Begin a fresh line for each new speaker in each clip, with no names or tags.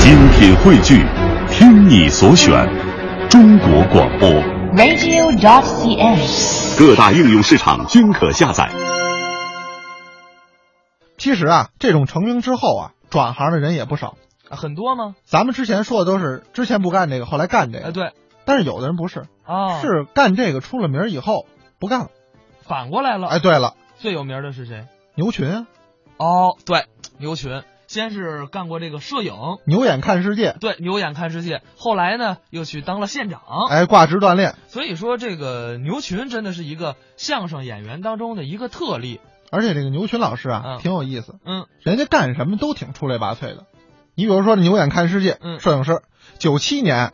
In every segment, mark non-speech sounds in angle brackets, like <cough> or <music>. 精品汇聚，听你所选，中国广播。
radio.cn。
各大应用市场均可下载。
其实啊，这种成名之后啊，转行的人也不少。
啊很多吗？
咱们之前说的都是之前不干这个，后来干这
哎，
个，
对，
但是有的人不是，
哦，
是干这个出了名儿以后不干了。
反过来了。
哎，，对了，
最有名的是谁？
牛群啊，
哦，对，牛群，先是干过这个摄影，
牛眼看世界，
对，牛眼看世界，后来呢又去当了县长。
哎，挂职锻炼，
所以说，这个牛群真的是一个相声演员当中的一个特例。
而且这个牛群老师啊，
嗯
挺有意思，
嗯，
人家干什么都挺出类拔萃的。你比如说这牛眼看世界，
嗯
摄影师，九七年，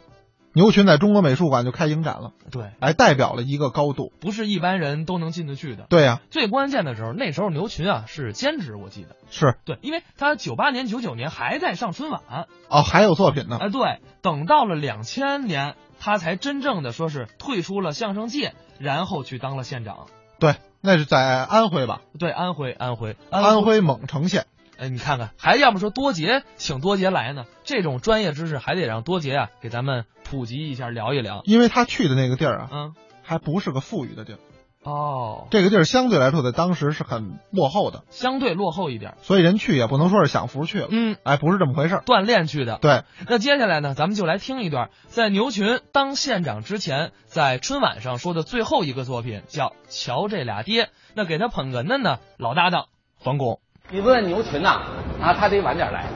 牛群在中国美术馆就开影展了，
对，
哎，代表了一个高度。
不是一般人都能进得去的。
对呀、
最关键的时候，那时候牛群啊是兼职，我记得，
是
对，因为他九八年、九九年还在上春晚，啊、
哦，还有作品呢，
哎对，等到了两千年，他才真正的说是退出了相声界，然后去当了县长。
对，那是在安徽吧？
对，安徽，安徽，
安，徽蒙城县。
哎，你看看，还要么说多杰，请多杰来呢，这种专业知识还得让多杰啊给咱们普及一下，聊一聊。
因为他去的那个地儿啊，
嗯，
还不是个富裕的地儿，
哦，
这个地儿相对来说在当时是很落后的，
相对落后一点。
所以人去也不能说是享福去了，
嗯，
哎，不是这么回事儿。
锻炼去的。
对，
那接下来呢，咱们就来听一段在牛群当县长之前，在春晚上说的最后一个作品，叫《瞧这俩爹》。那给他捧哏的呢，老搭档黄巩。
你问牛群呐、啊，他得晚点来，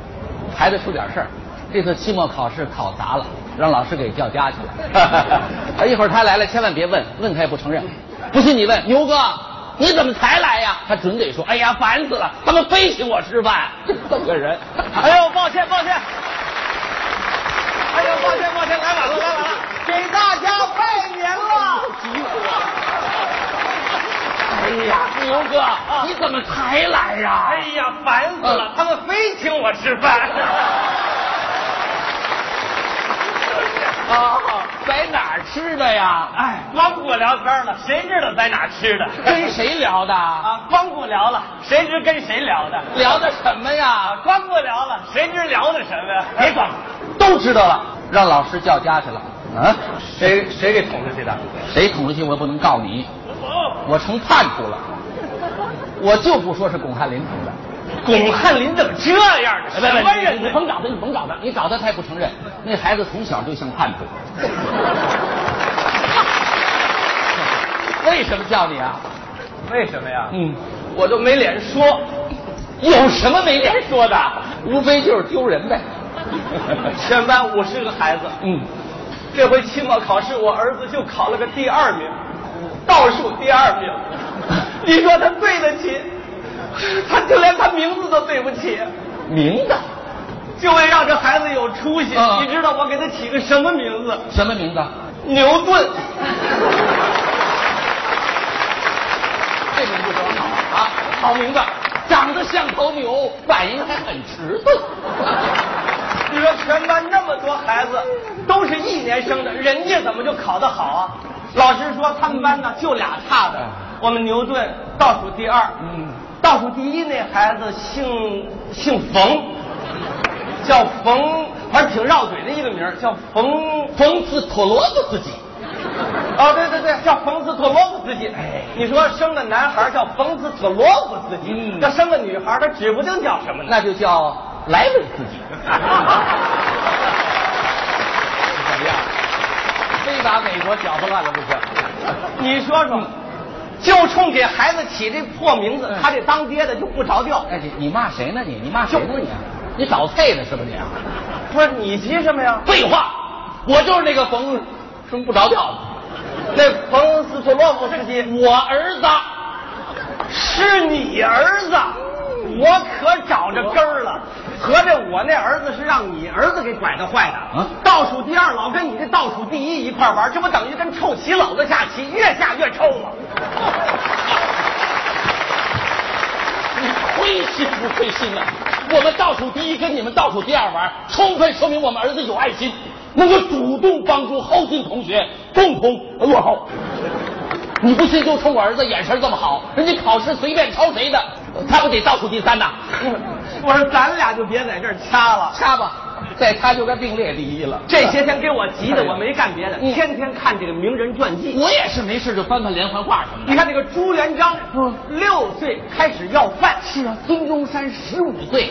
孩子出点事儿。这次期末考试考砸了，让老师给叫家去了。一 <laughs> 会儿他来了，千万别问，问他也不承认。不信你问牛哥，你怎么才来呀？他准得说，哎呀，烦死了，他们非请我吃饭， <laughs> 这么个人。哎呦，抱歉，抱歉。哎呦，抱歉，抱歉，来晚了，来晚了，给大家拜年了。急死我了。哎呀，牛哥，你怎么才来呀？哎呀，烦死了，他们非请我吃饭。啊，在哪儿吃的呀？哎，
光顾聊天了，谁知道在哪吃的？
<laughs> 跟谁聊的？啊，
啊，光顾聊了，谁知跟谁聊的？
聊的什么呀？
光顾聊了，谁知聊的什么呀？别管，
都知道了，让老师叫家去了。啊，谁谁给捅出去的？谁捅出去我也不能告你，我成叛徒了。我就不说是巩汉林捅的。
巩汉林怎么这样呢？什么人
哎你
呢？
甭找他，你甭找他，你找他他也不承认。那孩子从小就像叛徒。 <laughs> 为什么叫你啊？
为什么呀？
嗯，我就没脸说。有什么没脸说的？无非就是丢人 <laughs> 呗。
全班五十个孩子，
嗯，
这回期末考试，我儿子就考了个第二名，倒数第二名。你说他对得起？他就连他名字都对不起，
名字
就为让这孩子有出息。
嗯
你知道我给他起个什么名字？
什么名字？
牛顿。
<laughs> 这名字多好啊！好名字，长得像头牛，反应还很迟钝。
你说全班那么多孩子，都是一年生的，人家怎么就考得好啊？老师说他们班呢就俩差的，我们牛顿倒数第二，
嗯
倒数第一那孩子姓姓冯，叫冯，反正挺绕嘴的一个名儿，叫冯
冯斯托罗夫斯基。
哦，对对对，叫冯斯特洛夫斯基。你说生个男孩叫冯斯特洛夫斯基，
嗯
要生个女孩，他指不定叫什么呢。
那就叫莱文斯
<laughs>
基。怎么样？非把美国搅和乱了不是？
你说说，就冲给孩子起这破名字，他这当爹的就不着调。
嗯哎，你你骂谁呢你？你骂谁呢你？啊你找配呢是不是你？啊
不是你急什么呀？
废话，我就是那个冯什么不着调的，哎
那冯斯托洛夫斯基
我儿子。
是你儿子，
嗯
我可找着根儿了。合着我那儿子是让你儿子给拐的坏的。
啊
倒数第二老跟你这倒数第一一块玩，这不等于跟臭棋篓子下棋，越下越臭吗？
你亏心不亏心呐、我们倒数第一跟你们倒数第二玩，充分说明我们儿子有爱心，能够主动帮助后进同学共同落后。你不信就冲我儿子眼神这么好，人家考试随便抄谁的，他不得倒数第三呐？
我说咱俩就别在这儿掐了，
掐吧，在他就该并列第一了。哎嗯
这些天给我急的，我没干别的，天天看这个名人传记。
我也是没事就翻翻连环画什么的。
你看这个朱元璋，六岁开始要饭，
是啊，孙中山十五岁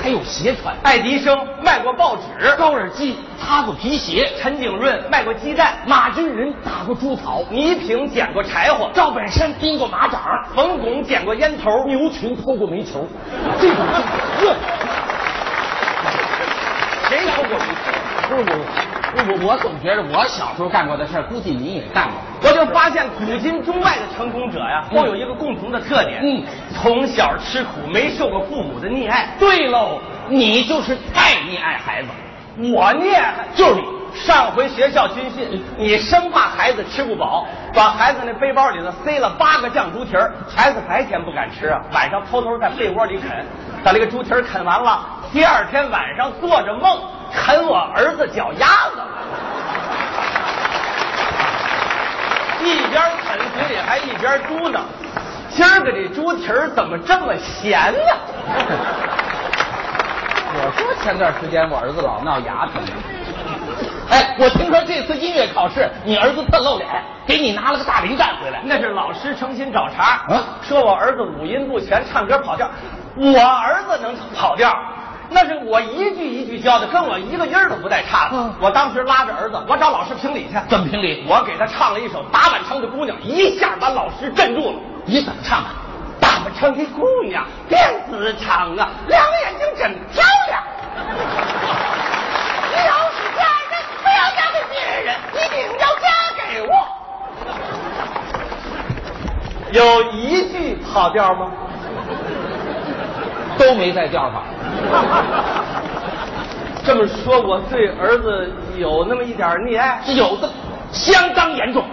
才有鞋穿，
爱迪生卖过报纸，
高尔基擦过皮鞋，
陈景润卖过鸡蛋，
马军仁打过猪草，
倪萍捡过柴火，
赵本山钉过马掌，
冯巩捡过烟头，
牛群偷过煤球，这种这
谁饶过你？
不是我，我我总觉得我小时候干过的事儿，估计你也干过。
我就发现古今中外的成功者呀，都有一个共同的特点，
嗯，
从小吃苦，没受过父母的溺爱。
对喽，你就是太溺爱孩子。
我溺爱
就是你。
上回学校军训，你生怕孩子吃不饱，把孩子那背包里头塞了八个酱猪蹄儿，孩子白天不敢吃啊，晚上偷偷在被窝里啃，把那个猪蹄儿啃完了，第二天晚上做着梦啃我儿子脚丫子，一边啃嘴里还一边嘟囔：“今儿个这猪蹄儿怎么这么咸呢？”
我说前段时间我儿子老闹牙疼。哎，我听说这次音乐考试，你儿子特露脸，给你拿了个大零蛋回来。
那是老师诚心找茬
啊
说我儿子五音不全，唱歌跑调。我儿子能跑调，那是我一句一句教的，跟我一个音儿都不带差的。
嗯
我当时拉着儿子，我找老师评理去。
怎么评理
我给他唱了一首《打板城的姑娘》，一下把老师镇住了。
你怎么唱啊？
大板城的姑娘，辫子长啊，两眼睛真漂亮。你要是嫁人，不要嫁给别人，一定要嫁给我。有一句跑调吗？
都没在调
<laughs>
上。
这么说，我对儿子有那么一点溺爱，
是有的，相当严重，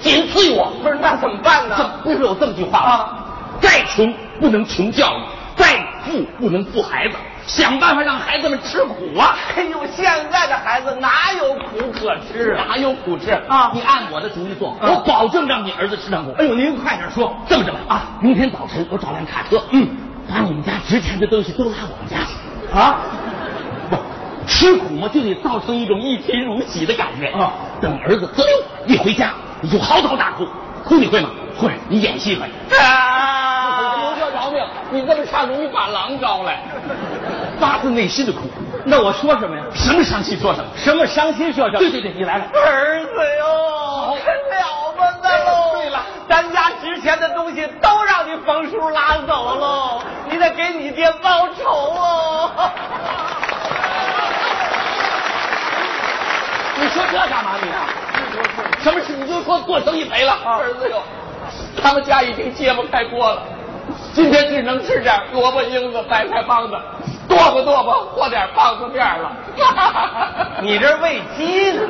仅次于我。
不是那怎么办
怎
呢？
不是有这么句话吗
啊？
再穷不能穷教育，再富不能富孩子，想办法让孩子们吃苦啊！
哎呦，现在的孩子哪有苦可吃啊？
<laughs> 哪有苦吃
啊
你按我的主意做，
嗯
我保证让你儿子吃上苦。
哎呦，您快点说，
这么着吧啊，明天早晨我找辆卡车，嗯，把你们家值钱的东西都拉我们家去啊。不，吃苦嘛，就得造成一种一贫如洗的感觉
啊
等儿子滋溜一回家，你就嚎啕大哭，哭你会吗？会，你演戏会。
啊
饶命！你这么唱容易把狼招来，发自内心的哭，
那我说什么呀？
什么伤心说什么，什么伤心说什么。对对对，你来来。
儿子哟，真了不得喽！
对了，
咱家值钱的东西都让你冯叔拉走喽，你得给你爹报仇哦。
你说这干嘛你啊？什么事你就说做生意赔了，儿子哟，他们家已经揭不开锅了，今天只能吃点萝卜缨子、白菜帮子，剁吧剁吧和点棒子面了。
<laughs> 你这喂鸡呢？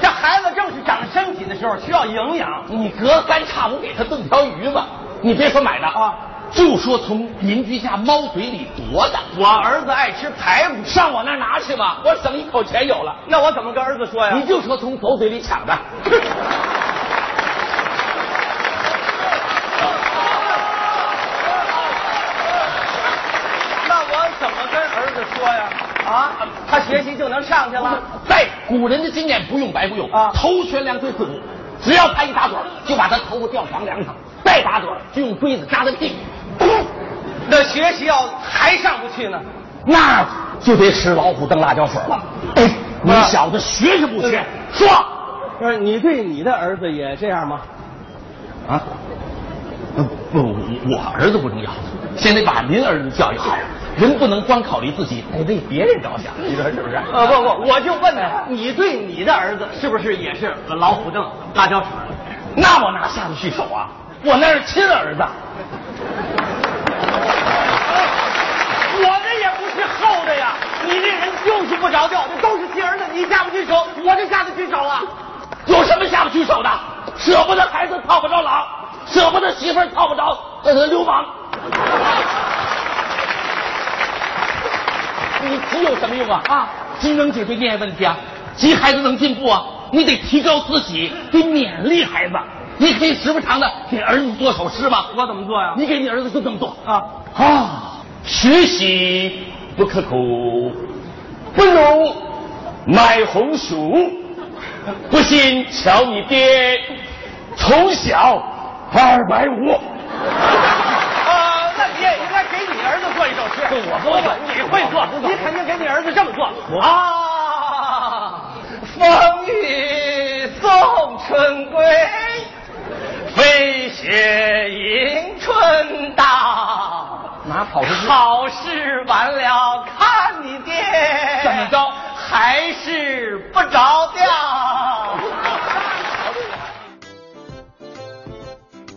这孩子正是长身体的时候，需要营养。
你隔三差五给他炖条鱼吧，你别说买的
啊，
就说从邻居家猫嘴里夺的。
我儿子爱吃排骨，
上我那儿拿去吧，我省一口钱有了。
那我怎么跟儿子说呀？
你就说从狗嘴里抢的。
那我怎么跟儿子说呀？啊，他学习就能上去了？
在古人的经验不用白不用
啊
头悬梁锥刺股，只要他一打盹儿，就把他头发吊墙梁上，再打盹儿就用锥子扎他屁股，
那学习要还上不去呢？
那就得使老虎蹬辣椒水了。哎，你小子学是不学？说
不是你对你的儿子也这样吗？
啊。呃不，我我儿子不重要，先得把您儿子教育好。人不能光考虑自己，得为别人着想，你说是不是？
呃，不不，我就问他，你对你的儿子是不是也是老虎凳、辣椒水？
那我哪下得去手啊？我那是亲儿子，
我这也不是厚的呀，你这人就是不着调，这都是亲儿子，你下不去手，我就下得去手啊。
有什么下不去手的？舍不得孩子套不着狼，舍不得媳妇儿套不着呃
<laughs>
流氓。你急有什么用啊？啊，急能解决恋爱问题啊，急孩子能进步啊。你得提高自己，得勉励孩子。你可以时不常的给儿子做首诗吗？
我怎么做呀？
你给你儿子就这么做
啊
啊！学习不刻苦，不努州买红薯，不信瞧你爹，从小二百五。
啊，那你也应该给你儿子做一首诗。我不会，你会做，你肯定给你儿子这么做。啊，风雨送春归，飞雪迎春到。
拿跑出去。
好事完了，看你爹
怎么着，
还是不着 <laughs> 调。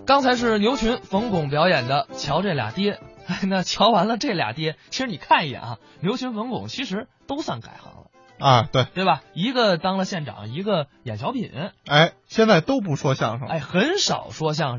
刚才是牛群、冯巩表演的《瞧这俩爹》，哎，那瞧完了这俩爹，其实你看一眼啊，牛群、冯巩其实都算改行了，
啊，对，
对吧？一个当了县长，一个演小品，
哎，现在都不说相声了。
哎，很少说相声。